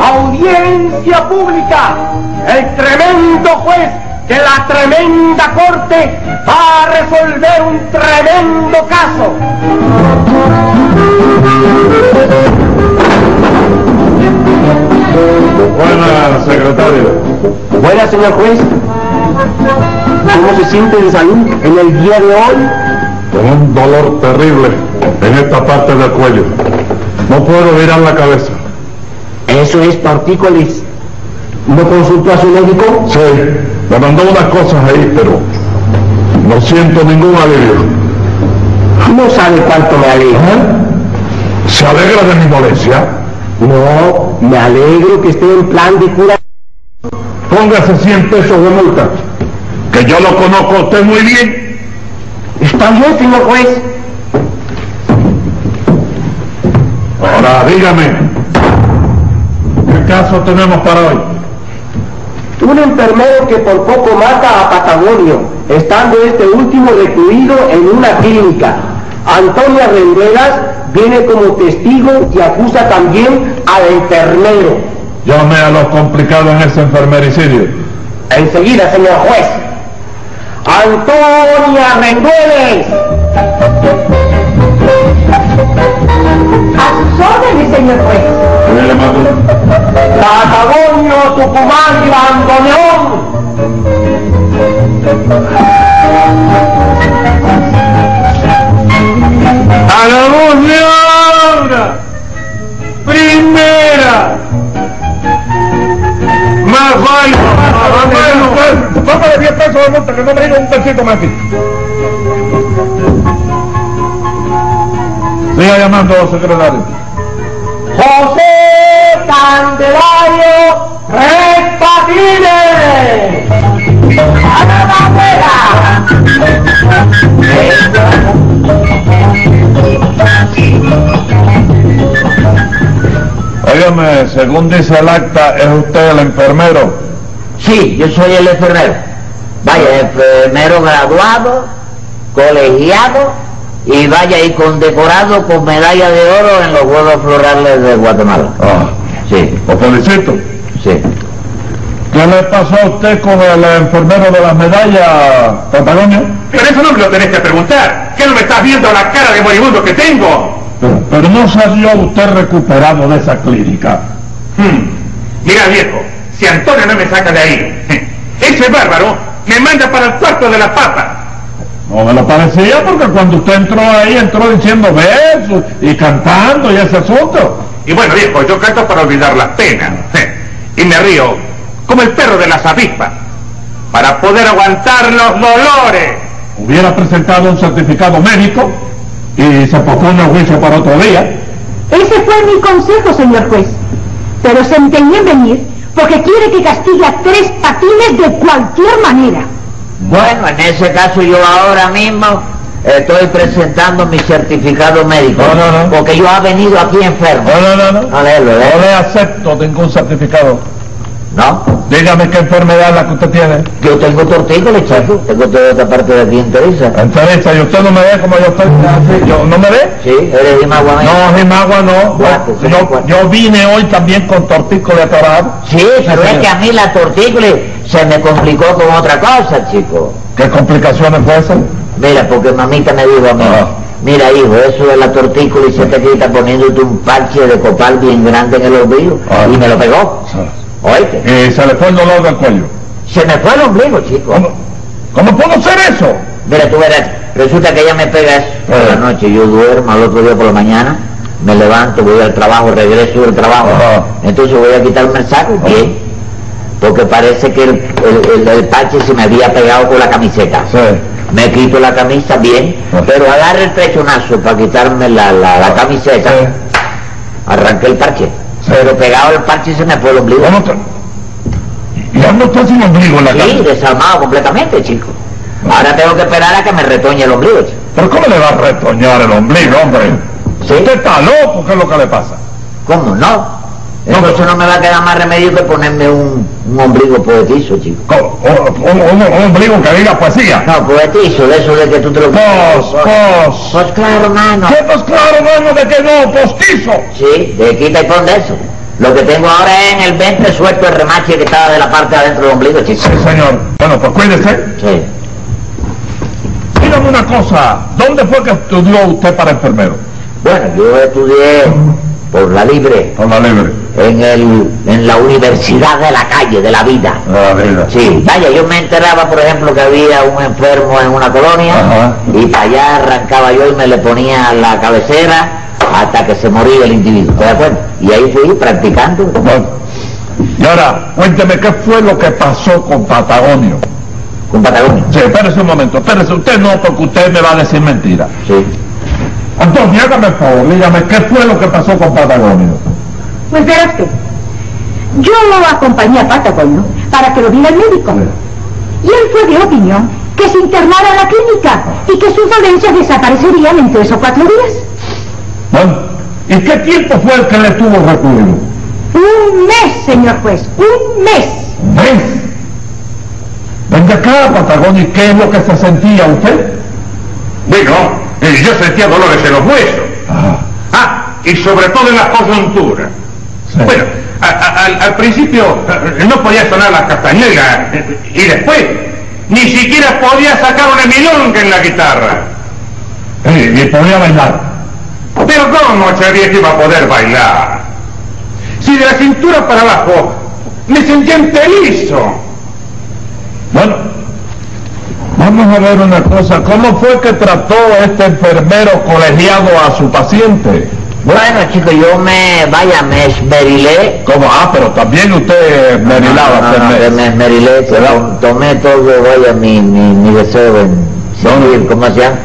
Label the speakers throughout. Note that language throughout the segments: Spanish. Speaker 1: Audiencia pública, el tremendo juez de la tremenda corte va a resolver un tremendo caso.
Speaker 2: Buenas, secretario.
Speaker 1: Buenas, señor juez. ¿Cómo se siente de salud en el día de hoy?
Speaker 2: Con un dolor terrible en esta parte del cuello. No puedo girar la cabeza.
Speaker 1: Eso es partículas. ¿No consultó a su médico?
Speaker 2: Sí, me mandó unas cosas ahí, pero no siento ningún alivio.
Speaker 1: No sabe cuánto me alegra.
Speaker 2: ¿Eh? ¿Se alegra de mi molestia?
Speaker 1: No, me alegro que esté en plan de cura.
Speaker 2: Póngase 100 pesos de multa, que yo lo conozco a usted muy bien.
Speaker 1: Está bien, señor juez.
Speaker 2: Ahora dígame, ¿qué caso tenemos para hoy?
Speaker 1: Un enfermero que por poco mata a Patagonio, estando este último recluido en una clínica. Antonia Renderas viene como testigo y acusa también al enfermero.
Speaker 2: Llame a los complicados en ese enfermericidio.
Speaker 1: Enseguida, señor juez. Antonia Rendueles.
Speaker 3: A sus órdenes, señor juez.
Speaker 2: Mire, Mato,
Speaker 1: Patagonio, Tucumán y Bandoneón.
Speaker 4: A la voz de ahora, primera, más bailo, más bailo,
Speaker 2: Póngale 10 pesos de multa, que no me diga un pesito más aquí. Siga llamando, secretario.
Speaker 1: José Candelario Repatines.
Speaker 3: A la bandera.
Speaker 2: Óigame, según dice el acta, es usted el enfermero.
Speaker 5: Sí, yo soy el enfermero. Vaya, enfermero graduado, colegiado y vaya y condecorado con medalla de oro en los Juegos Florales de Guatemala.
Speaker 2: Ah,
Speaker 5: Sí,
Speaker 2: lo felicito.
Speaker 5: sí.
Speaker 2: ¿Qué le pasó a usted con el enfermero de las medallas, Patagonio?
Speaker 4: Pero eso no me lo tenés que preguntar. ¿Qué no me estás viendo la cara de moribundo que tengo?
Speaker 2: Pero, pero no salió usted recuperado de esa clínica.
Speaker 4: Hmm. Mira, viejo, si Antonio no me saca de ahí, ese bárbaro me manda para el cuarto de las papas.
Speaker 2: No me lo parecía porque cuando usted entró ahí entró diciendo versos y cantando y ese asunto.
Speaker 4: Y bueno, viejo, yo canto para olvidar las penas. Y me río como el perro de las avispas, para poder aguantar los dolores.
Speaker 2: Hubiera presentado un certificado médico y se pospone el juicio para otro día.
Speaker 3: Ese fue mi consejo, señor juez. Pero se empeñó en venir porque quiere que castigue a tres patines de cualquier manera.
Speaker 5: Bueno, en ese caso yo ahora mismo Estoy presentando mi certificado médico.
Speaker 2: No, no, no.
Speaker 5: Porque yo ha venido aquí enfermo.
Speaker 2: No, no, no, no.
Speaker 5: A leerlo,
Speaker 2: No
Speaker 5: ¿eh?
Speaker 2: le acepto ningún certificado.
Speaker 5: No.
Speaker 2: Dígame qué enfermedad es la que usted tiene.
Speaker 5: Yo tengo tortícolis, chacho. Tengo toda esta parte de aquí enteriza.
Speaker 2: Eh. Entrevista, y usted no me ve como yo estoy. así, yo- ¿No me ve?
Speaker 5: Sí, eres de Maguamé.
Speaker 2: No, Jimagua, no.
Speaker 5: Cuatro,
Speaker 2: Yo,
Speaker 5: sí,
Speaker 2: yo,
Speaker 5: cuatro.
Speaker 2: yo vine hoy también con tortícolis atorado.
Speaker 5: Sí, pero es
Speaker 2: señor.
Speaker 5: que a mí la tortícolis se me complicó con otra cosa, chico.
Speaker 2: ¿Qué complicaciones fue esa?
Speaker 5: Mira, porque mamita me dijo a mí,
Speaker 2: Ajá.
Speaker 5: mira hijo, eso de la tortícolis se te quita poniéndote un parche de copal bien grande en el ombligo.
Speaker 2: Ah.
Speaker 5: Y me lo pegó. Oíste,
Speaker 2: Eh, se le fue el dolor del cuello.
Speaker 5: se me fue el ombligo, chico.
Speaker 2: ¿Cómo, cómo pudo ser eso?
Speaker 5: Mira, tú verás, resulta que ella me pega eso por
Speaker 2: Ajá.
Speaker 5: la noche, yo duermo al otro día por la mañana, me levanto, voy al trabajo, regreso del trabajo,
Speaker 2: Ajá.
Speaker 5: entonces voy a quitarme el saco, bien, porque parece que el, el- el- el parche se me había pegado con la camiseta. Me quito la camisa bien,
Speaker 2: Ajá.
Speaker 5: pero agarré el pechonazo para quitarme la, la- la camiseta,
Speaker 2: Sí.
Speaker 5: arranqué el parche,
Speaker 2: Sí.
Speaker 5: pero pegado el parche se me fue el ombligo.
Speaker 2: ¿Cómo te... Ya no está sin ombligo en la cama.
Speaker 5: Sí, desarmado completamente, chico. Ahora tengo que esperar a que me retoñe el ombligo, chico.
Speaker 2: ¿Pero cómo le va a retoñar el ombligo, hombre?
Speaker 5: Sí.
Speaker 2: Usted está loco, ¿qué es lo que le pasa?
Speaker 5: ¿Cómo no?
Speaker 2: No,
Speaker 5: Entonces no me va a quedar más remedio que ponerme un, un ombligo poetizo, chico.
Speaker 2: ¿Cómo? Un, un- un- un ombligo que diga poesía.
Speaker 5: No, poetizo, de eso de que tú te lo
Speaker 2: Pos, pos.
Speaker 5: Pues claro, hermano.
Speaker 2: ¿Qué pues claro, bueno, de que no, postizo?
Speaker 5: Sí, de quita y pon de eso. Lo que tengo ahora es en el ventre suelto el remache que estaba de la parte de adentro del ombligo, chico.
Speaker 2: Sí, señor. Bueno, pues cuídese.
Speaker 5: Sí.
Speaker 2: Dígame una cosa, ¿dónde fue que estudió usted para enfermero?
Speaker 5: Bueno, yo estudié por la libre
Speaker 2: Con la libre.
Speaker 5: en, el, en la universidad de la calle, de la vida.
Speaker 2: La vida.
Speaker 5: Sí, vaya, yo me enteraba, por ejemplo, que había un enfermo en una colonia
Speaker 2: Ajá.
Speaker 5: y para allá arrancaba yo y me le ponía la cabecera hasta que se moría el individuo, ¿te das cuenta? Y ahí fui practicando.
Speaker 2: Bueno. Y ahora, cuénteme qué fue lo que pasó con Patagonio.
Speaker 5: Con Patagonia.
Speaker 2: Sí, espérese un momento, espérese, usted no, porque usted me va a decir mentira.
Speaker 5: Sí.
Speaker 2: Antonio, hágame el favor, dígame qué fue lo que pasó con Patagonio.
Speaker 3: Pues verá usted, yo lo acompañé a Patagonio para que lo viera el médico. Y él fue de opinión que se internara en la clínica y que sus dolencias desaparecerían en tres o cuatro días.
Speaker 2: Bueno, ¿y qué tiempo fue el que le tuvo recluido?
Speaker 3: Un mes, señor juez, un mes.
Speaker 2: ¿Un mes? Venga acá, Patagonio, ¿y qué es lo que se sentía usted?
Speaker 4: Bueno, eh, yo sentía dolores en los huesos.
Speaker 2: Ah,
Speaker 4: Ah, y sobre todo en las coyunturas.
Speaker 2: sí.
Speaker 4: Bueno, a- a- al, al principio eh, no podía sonar las castañuelas eh, y después ni siquiera podía sacar una milonga en la guitarra.
Speaker 2: Eh, y podía bailar.
Speaker 4: Pero ¿cómo sabía que iba a poder bailar? Si de la cintura para abajo me sentía entelizo.
Speaker 2: Bueno, vamos a ver una cosa. ¿Cómo fue que trató este enfermero colegiado a su paciente?
Speaker 5: Bueno, chicos, yo me, vaya, me esmerilé.
Speaker 2: ¿Cómo? Ah, pero también usted merilaba.
Speaker 5: Ah, No, no, no, que me esmerilé, que
Speaker 2: ¿Verdad?
Speaker 5: tomé todo, vaya, mi, mi, mi deseo en seguir, ¿cómo se llama?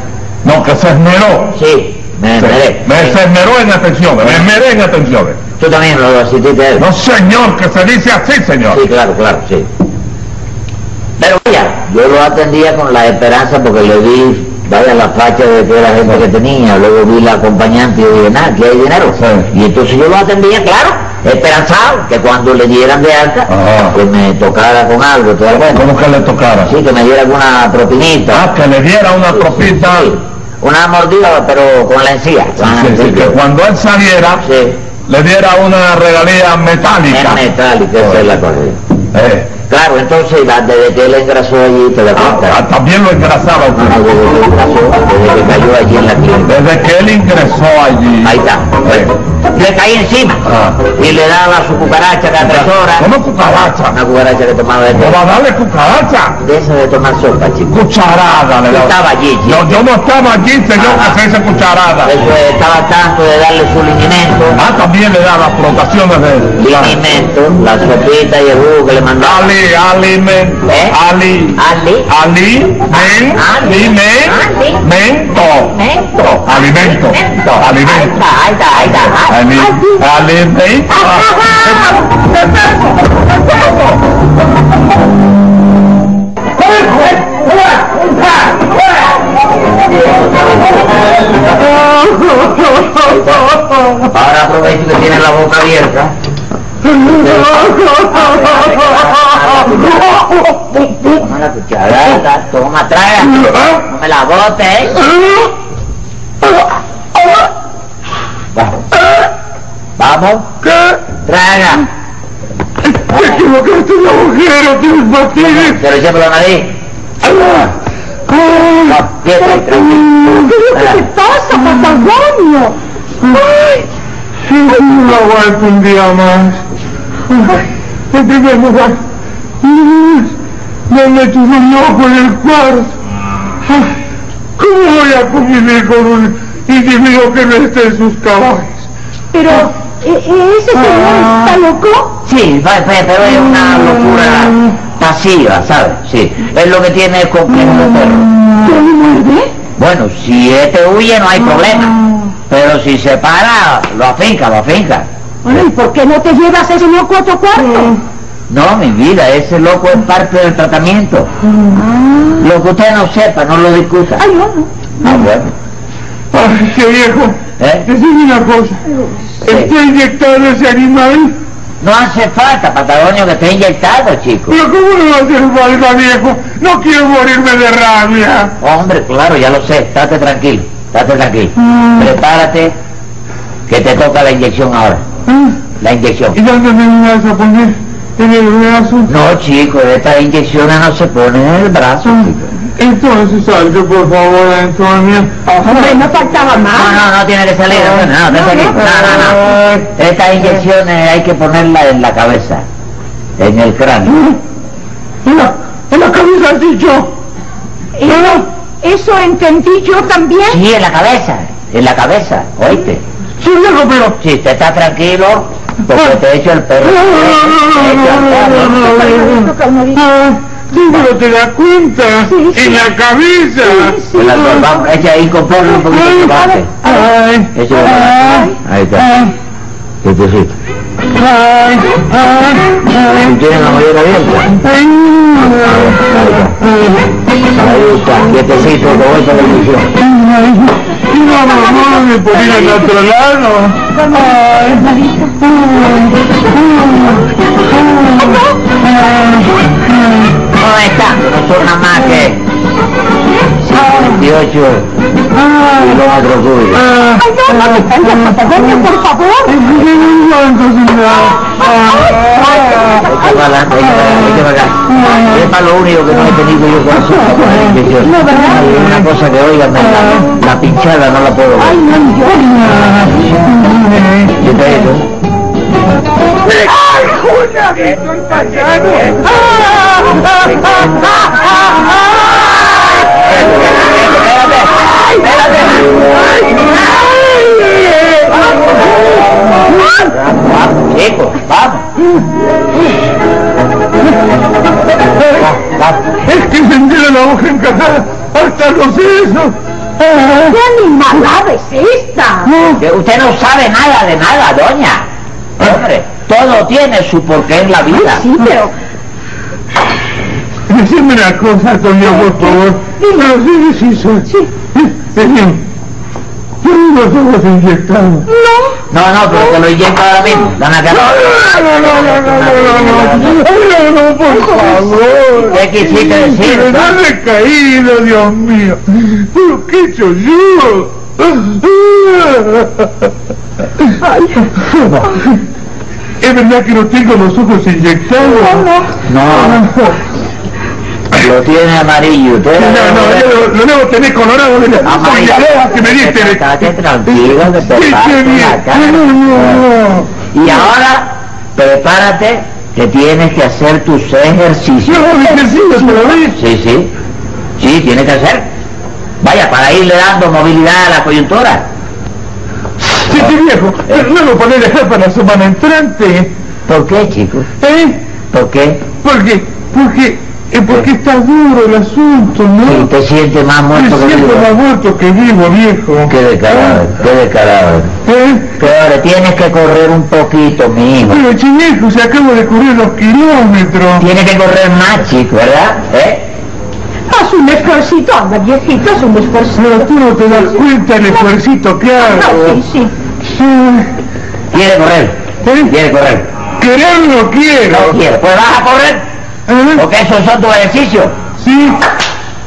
Speaker 2: No, que se esmeró.
Speaker 5: Sí, me
Speaker 2: Se,
Speaker 5: esmeré.
Speaker 2: me- se esmeró en atenciones, me esmeré en atenciones.
Speaker 5: Tú también lo ¿eh? asististe a él.
Speaker 2: No, señor, que se dice así, señor.
Speaker 5: Sí, claro, claro, sí. Pero vaya, yo lo atendía con la esperanza porque le vi, vaya, la facha de que era gente que tenía, luego vi la acompañante y yo dije, nada, aquí hay dinero.
Speaker 2: Sí.
Speaker 5: Y entonces yo lo atendía, claro, esperanzado, que cuando le dieran de alta,
Speaker 2: Ajá.
Speaker 5: pues me tocara con algo, ¿te das cuenta?
Speaker 2: ¿Cómo que le tocara?
Speaker 5: Sí, que me diera alguna
Speaker 2: Ah,
Speaker 5: propinita.
Speaker 2: que le diera una propita.
Speaker 5: Sí, una mordida, pero con la encía.
Speaker 2: Sí, sí, sí, que cuando él saliera,
Speaker 5: Sí,
Speaker 2: le diera una regalía
Speaker 5: es
Speaker 2: metálica.
Speaker 5: metálica, esa es la cosa.
Speaker 2: Eh,
Speaker 5: Claro, entonces, la- desde que él engrasó allí, te das
Speaker 2: ah,
Speaker 5: cuenta.
Speaker 2: ah, también lo engrasaba
Speaker 5: No,
Speaker 2: usted.
Speaker 5: no, desde que pasó, desde que cayó allí en la clínica.
Speaker 2: Desde que él ingresó allí.
Speaker 5: Ahí está.
Speaker 2: Eh,
Speaker 5: Le caí encima
Speaker 2: Ah.
Speaker 5: y le daba su cucaracha cada tres horas.
Speaker 2: ¿Cómo cucaracha?
Speaker 5: Una cucaracha que tomaba de,
Speaker 2: ¿No va a darle cucaracha?
Speaker 5: de esa de tomar sopa, chico.
Speaker 2: Cucharada le
Speaker 5: Yo
Speaker 2: daba.
Speaker 5: estaba allí, chico.
Speaker 2: No, yo no estaba allí, señor,
Speaker 5: Ajá.
Speaker 2: que se dice cucharada.
Speaker 5: Eso es, estaba tanto de darle su linimento,
Speaker 2: Ah, también le daba flotaciones de...
Speaker 5: Ah. linimento, la sopita y el jugo que le mandaba.
Speaker 2: Ali, Ali, men,
Speaker 5: ¿Eh?
Speaker 2: Ali,
Speaker 5: Ali.
Speaker 2: Ali, men,
Speaker 5: Ali.
Speaker 2: Ali, men,
Speaker 5: Ali.
Speaker 2: mento,
Speaker 5: Mento.
Speaker 2: alimento,
Speaker 5: Ahí
Speaker 2: alimento,
Speaker 5: está, ahí está, ahí está. Ah,
Speaker 2: Ali, alimento. ¿Qué es eso? ¿Qué es eso?
Speaker 5: ah. veis que tiene la boca abierta. Toma la cucharada, toma, traga. No me la ¿eh? botes. Vamos. Vamos,
Speaker 2: ¿Qué?
Speaker 5: traga.
Speaker 2: Te equivocaste de agujero, tienes patines.
Speaker 5: Se lo eché por la nariz.
Speaker 2: Ah.
Speaker 5: No, quieto ahí, tranquilo.
Speaker 3: ¿Pero qué te pasa, Patagonio? Ay,
Speaker 2: Si no lo aguanto un día más. En primer lugar, me metí un ojo en el cuarto. ¿Cómo voy a convivir con un individuo que no esté en sus cabales?
Speaker 3: pero eh, eh, ese señor está loco.
Speaker 5: Sí, va- pe- pero es una locura pasiva, ¿sabes? Sí, es lo que tiene el complejo de perro.
Speaker 3: ¿Pero le muerde?
Speaker 5: Bueno, si este huye no hay problema, pero si se para, lo afinca, lo afinca.
Speaker 3: Bueno, ¿y por qué no te llevas a ese loco a tu cuarto?
Speaker 5: No, mi vida, ese loco es parte del tratamiento.
Speaker 3: Ah,
Speaker 5: Lo que usted no sepa, no lo discuta.
Speaker 3: Ay, no, no.
Speaker 5: Ah, bueno.
Speaker 2: Ay, qué viejo.
Speaker 5: ¿Eh?
Speaker 2: Decime una cosa.
Speaker 5: Sí.
Speaker 2: ¿Está inyectado ese animal?
Speaker 5: No hace falta, Patagonio, que esté inyectado, chico.
Speaker 2: Pero ¿cómo no va a hacer falta, viejo? No quiero morirme de rabia.
Speaker 5: Hombre, claro, ya lo sé, estate tranquilo, estate tranquilo.
Speaker 2: Ah.
Speaker 5: Prepárate, que te toca la inyección ahora, la inyección.
Speaker 2: ¿Y dónde me vas a poner? ¿En el brazo?
Speaker 5: No, chico, estas inyecciones no se ponen en el brazo. chico.
Speaker 2: Entonces salte, por favor, Antonia.
Speaker 3: Hombre, no faltaba
Speaker 5: No,
Speaker 3: más.
Speaker 5: Ah, no, no tiene que salir, no, no, no, tiene que- no, no, no. Estas inyecciones hay que ponerlas en la cabeza, en el cráneo.
Speaker 2: En la, en la cabeza has dicho.
Speaker 3: Eh, Eso entendí yo también.
Speaker 5: Sí, en la cabeza, en la cabeza, oíste.
Speaker 2: Sí, viejo, pero...
Speaker 5: Si usted está tranquilo, porque te he hecho el perro. te he hecho el perro.
Speaker 2: Ah, sí, pero te das cuenta.
Speaker 3: Sí, sí.
Speaker 2: En la cabeza.
Speaker 3: Sí,
Speaker 5: Te la
Speaker 3: sí.
Speaker 5: vamos, echa ahí con porro un poquito de chocolate.
Speaker 2: Ay,
Speaker 5: Eso es
Speaker 2: ay,
Speaker 5: Ahí está.
Speaker 2: ay,
Speaker 5: ¿Qué te hiciste?
Speaker 2: ay, ay,
Speaker 5: ¿Tú tienes la mayor abierta? Ahí está, quietecito, que voy para la inyección.
Speaker 2: Y no, mamá, me ponía en otro lado.
Speaker 5: No está, no son nada más que 28 kilómetros cúbicos.
Speaker 2: Ah,
Speaker 3: Ay, no, no te pongas, Patagonio, por favor.
Speaker 2: ¿qué me levanto sin nada? Ah, ah,
Speaker 5: Echa para adelante, echa para adelante, echa para acá. Es para lo único que no he tenido yo con azúcar con la inyección.
Speaker 3: No, ¿verdad?
Speaker 5: Y una cosa que oigan, la, la pinchada no la puedo
Speaker 3: Ay,
Speaker 5: ver.
Speaker 3: no, ni yo.
Speaker 5: ¿Y ustedes, no? Vamos, chicos, vamos.
Speaker 2: Es que se entera la hoja encajada hasta los sesos. Ah,
Speaker 3: ¿Qué animalada es esta?
Speaker 5: Que Usted no sabe nada de nada, doña. Hombre, todo tiene su porqué en la vida.
Speaker 3: Sí, pero...
Speaker 2: Decime una cosa, Toño, por favor. Pero sí, sí, sí.
Speaker 3: Sí.
Speaker 2: Decime. Yo no los ojos inyectados.
Speaker 3: No.
Speaker 5: No, no, pero te lo inyecto ahora mismo. Don Acaso.
Speaker 2: No, no, no, no, no, no, no, no. Ay, no, no, por favor.
Speaker 5: ¿Qué quisiste decir?
Speaker 2: Me da recaído, Dios mío. Pero qué he hecho yo. Es verdad que no tengo los ojos inyectados. Ah.
Speaker 5: No, lo tiene amarillo. Usted
Speaker 2: No, no, yo lo, lo debo tener colorado de la con
Speaker 5: Amarillo.
Speaker 2: la hoja que me diste. de-
Speaker 5: Estate tranquilo, que te
Speaker 2: Sí,
Speaker 5: parte
Speaker 2: qué
Speaker 5: la
Speaker 2: bien.
Speaker 5: cara.
Speaker 2: No, no, no.
Speaker 5: Y ahora, prepárate, que tienes que hacer tus ejercicios.
Speaker 2: Yo los ejercicios, ¿me lo ves?
Speaker 5: Sí, sí. Sí, tiene que hacer. Vaya, para irle dando movilidad a la coyuntura.
Speaker 2: Sí, sí, viejo. Pero no lo podés dejar para la semana entrante.
Speaker 5: ¿Por qué, chicos?
Speaker 2: ¿Eh?
Speaker 5: ¿Por qué?
Speaker 2: Porque, porque, eh, porque está duro el asunto,
Speaker 5: Si
Speaker 2: ¿no?
Speaker 5: te sientes más
Speaker 2: Me
Speaker 5: muerto que
Speaker 2: siento
Speaker 5: vivo.
Speaker 2: más Ah. muerto que vivo, viejo.
Speaker 5: Qué descarado, qué descarado.
Speaker 2: ¿Eh?
Speaker 5: Claro, tienes que correr un poquito, mi hijo.
Speaker 2: Pero chinejo, se acabo de correr los kilómetros.
Speaker 5: Tienes que correr más, chico, ¿verdad? ¿Eh?
Speaker 3: Haz un esfuercito, anda, viejito, haz un esfuerzo.
Speaker 2: Pero tú no te das cuenta el esfuercito que hago. ¿Eh?
Speaker 3: No, sí, sí.
Speaker 2: Sí.
Speaker 5: Quiere correr.
Speaker 2: ¿Eh?
Speaker 5: Quiere correr.
Speaker 2: Querer no quiero.
Speaker 5: No quiere. Pues vas a correr.
Speaker 2: Ajá.
Speaker 5: Porque esos son tus ejercicios.
Speaker 2: Sí.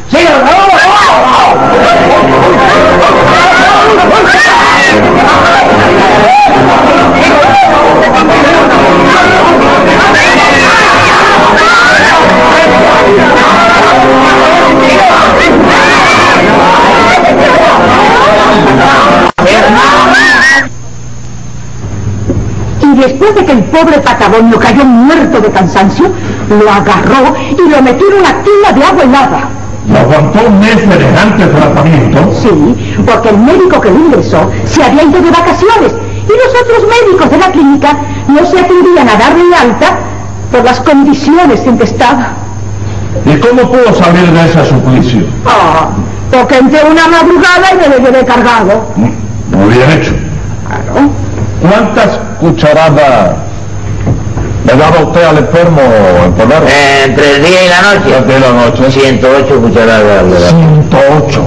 Speaker 5: ¡Sigue, por favor!
Speaker 3: Y después de que el pobre Patagonio cayó muerto de cansancio, lo agarró y lo metió en una tina de agua helada.
Speaker 2: Lo aguantó un mes semejante tratamiento.
Speaker 3: Sí, porque el médico que lo ingresó se había ido de vacaciones y los otros médicos de la clínica no se atrevían a darle de alta por las condiciones en que estaba.
Speaker 2: ¿Y cómo pudo salir de ese suplicio?
Speaker 3: Ah, porque entré una madrugada y me lo llevé cargado.
Speaker 2: No bien hecho.
Speaker 3: Claro.
Speaker 2: ¿Cuántas cucharadas le daba usted al enfermo en ponerlo?
Speaker 5: Entre el día y la noche.
Speaker 2: de la noche.
Speaker 5: 108 cucharadas. le da.
Speaker 2: 108.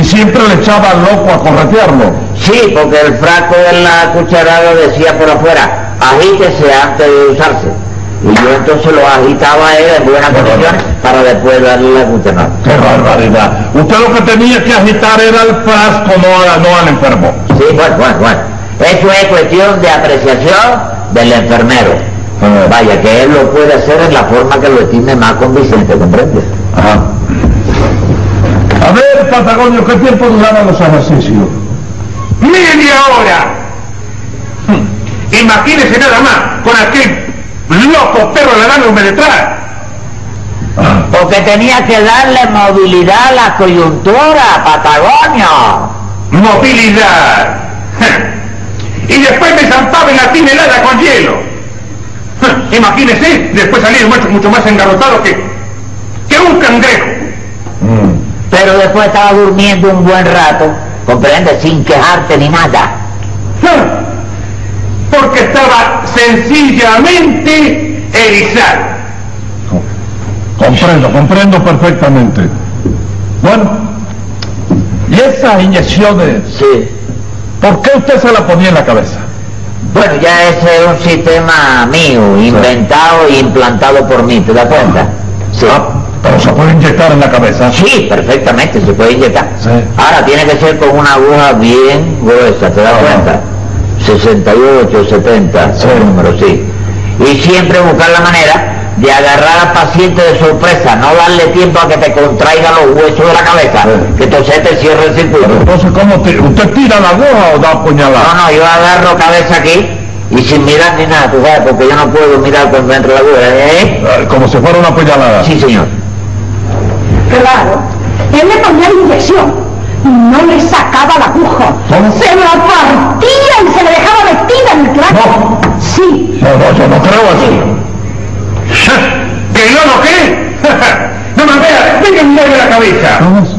Speaker 2: Y siempre le echaba al loco a corretearlo.
Speaker 5: Sí, porque el frasco de la cucharada decía por afuera, agítese antes de usarse. Y yo entonces lo agitaba a él en buenas condiciones para después darle la cucharada.
Speaker 2: ¡Qué barbaridad! Usted lo que tenía que agitar era el frasco, no, a- no al enfermo.
Speaker 5: Sí, bueno, bueno, bueno. Eso es cuestión de apreciación del enfermero.
Speaker 2: Ah.
Speaker 5: Vaya, que él lo puede hacer en la forma que lo estime más convincente, ¿comprendes?
Speaker 2: Ajá. A ver, Patagonio, ¿qué tiempo duraban los ejercicios?
Speaker 4: ¡Media hora! Hmm. Imagínese nada más con aquel loco perro ladándome detrás.
Speaker 2: Ah,
Speaker 5: Porque tenía que darle movilidad a la coyuntura, Patagonio.
Speaker 4: Movilidad. Ja. Y después me zampaba en la tina helada con hielo. Ja, Imagínese, después salir mucho, mucho más engarrotado que, que un cangrejo.
Speaker 2: mm.
Speaker 5: Pero después estaba durmiendo un buen rato, comprende, sin quejarte ni nada.
Speaker 4: Ja. Porque estaba sencillamente erizado.
Speaker 2: Com- Comprendo, comprendo perfectamente. Bueno, y esas inyecciones,
Speaker 5: Sí.
Speaker 2: ¿por qué usted se las ponía en la cabeza?
Speaker 5: Bueno, ya ese es un sistema mío, inventado e implantado por mí, ¿te das cuenta? Sí.
Speaker 2: Ah, pero se puede inyectar en la cabeza.
Speaker 5: Sí, perfectamente, se puede inyectar.
Speaker 2: Sí.
Speaker 5: Ahora tiene que ser con una aguja bien gruesa, ¿te das
Speaker 2: Ajá.
Speaker 5: cuenta? 68, 70,
Speaker 2: Sí.
Speaker 5: ese número, sí. Y siempre buscar la manera de agarrar al paciente de sorpresa, no darle tiempo a que te contraiga los huesos de la cabeza,
Speaker 2: Sí.
Speaker 5: que entonces te cierre el circuito.
Speaker 2: Pero entonces, ¿cómo ti- ¿Usted tira la aguja o da
Speaker 5: No,
Speaker 2: puñalada?
Speaker 5: no, yo agarro cabeza aquí y sin mirar ni nada, tú sabes, porque yo no puedo mirar cuando entra la aguja, ¿eh?
Speaker 2: Eh, Como si fuera una puñalada.
Speaker 5: Sí, señor.
Speaker 3: Claro. Él le ponía la inyección y no le sacaba la aguja.
Speaker 2: ¿Cómo?
Speaker 3: Se la partía y se le dejaba metida en el cráneo.
Speaker 2: No.
Speaker 3: Sí.
Speaker 2: No, no, yo no creo eso.
Speaker 4: Ja, ¿Que yo no qué? Ja, ja. No me vea, venga de la cabeza.
Speaker 2: ¿Cómo es?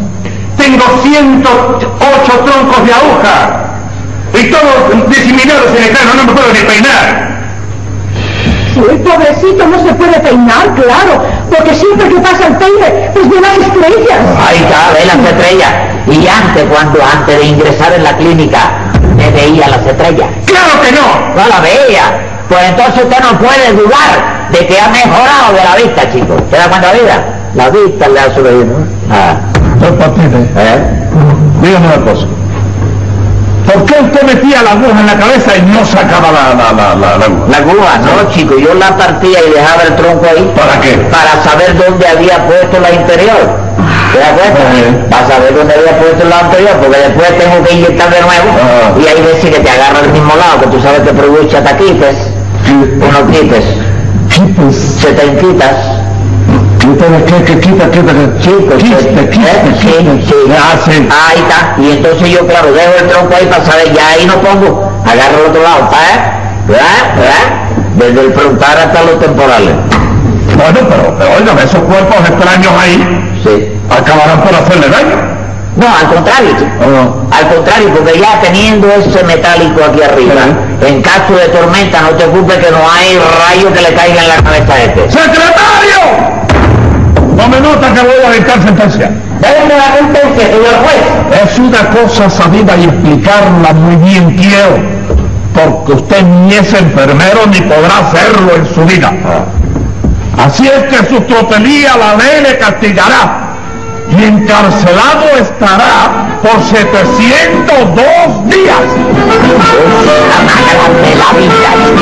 Speaker 4: Tengo 108 troncos de aguja. Y todos diseminados en el cráneo, no me puedo ni peinar.
Speaker 3: Si el pobrecito no se puede peinar, claro, porque siempre que pasa el peine, pues lleva estrellas.
Speaker 5: Ahí está, ve las estrellas. Y antes, cuando antes de ingresar en la clínica, me veía las estrellas.
Speaker 4: ¡Claro que no!
Speaker 5: No la veía. Pues entonces usted no puede dudar de que ha mejorado de la vista, chicos. ¿Se da cuenta de la vida? La vista le ha subido. Ah,
Speaker 2: Dos patines.
Speaker 5: ¿eh?
Speaker 2: Dígame una cosa. ¿Por qué usted metía la aguja en la cabeza y no sacaba la, la, la, la, la aguja?
Speaker 5: La aguja, no, chico. Yo la partía y dejaba el tronco ahí.
Speaker 2: ¿Para qué?
Speaker 5: Para saber dónde había puesto la interior. ¿Te das cuenta?
Speaker 2: Ajá.
Speaker 5: Para saber dónde había puesto la anterior, porque después tengo que inyectar de nuevo.
Speaker 2: Ah.
Speaker 5: Y hay veces que te agarra al mismo lado, que tú sabes que produce taquites, unos quites, pues.
Speaker 2: Quipes.
Speaker 5: setentitas.
Speaker 2: Quítale, que, que, quita, quita, que.
Speaker 5: Chicos,
Speaker 2: Quiste,
Speaker 5: eh,
Speaker 2: quiste,
Speaker 5: sí,
Speaker 2: quiste.
Speaker 5: sí.
Speaker 2: Ah, sí.
Speaker 5: Ahí está. Y entonces yo, claro, dejo el tronco ahí para saber, ya ahí no pongo. Agarro el otro lado, ¿eh? ¿verdad? ¿verdad? Desde el frontal hasta los temporales.
Speaker 2: Bueno, pero, pero óigame, esos cuerpos extraños ahí
Speaker 5: Sí.
Speaker 2: acabarán por hacerle daño.
Speaker 5: No, al contrario, chico.
Speaker 2: ¿O Ah, no?
Speaker 5: Al contrario, porque ya teniendo ese metálico aquí arriba, en caso de tormenta, no te ocupes que no hay rayo que le caiga en la cabeza a este.
Speaker 2: ¡Secretario! Tome nota que voy a dictar sentencia.
Speaker 5: Déjeme la sentencia, señor juez.
Speaker 2: Es una cosa sabida y explicarla muy bien, quiero. porque usted ni es enfermero ni podrá hacerlo en su vida. Así es que su trotelía la ley le castigará y encarcelado estará por 702 días.
Speaker 5: Es una gran de la vida.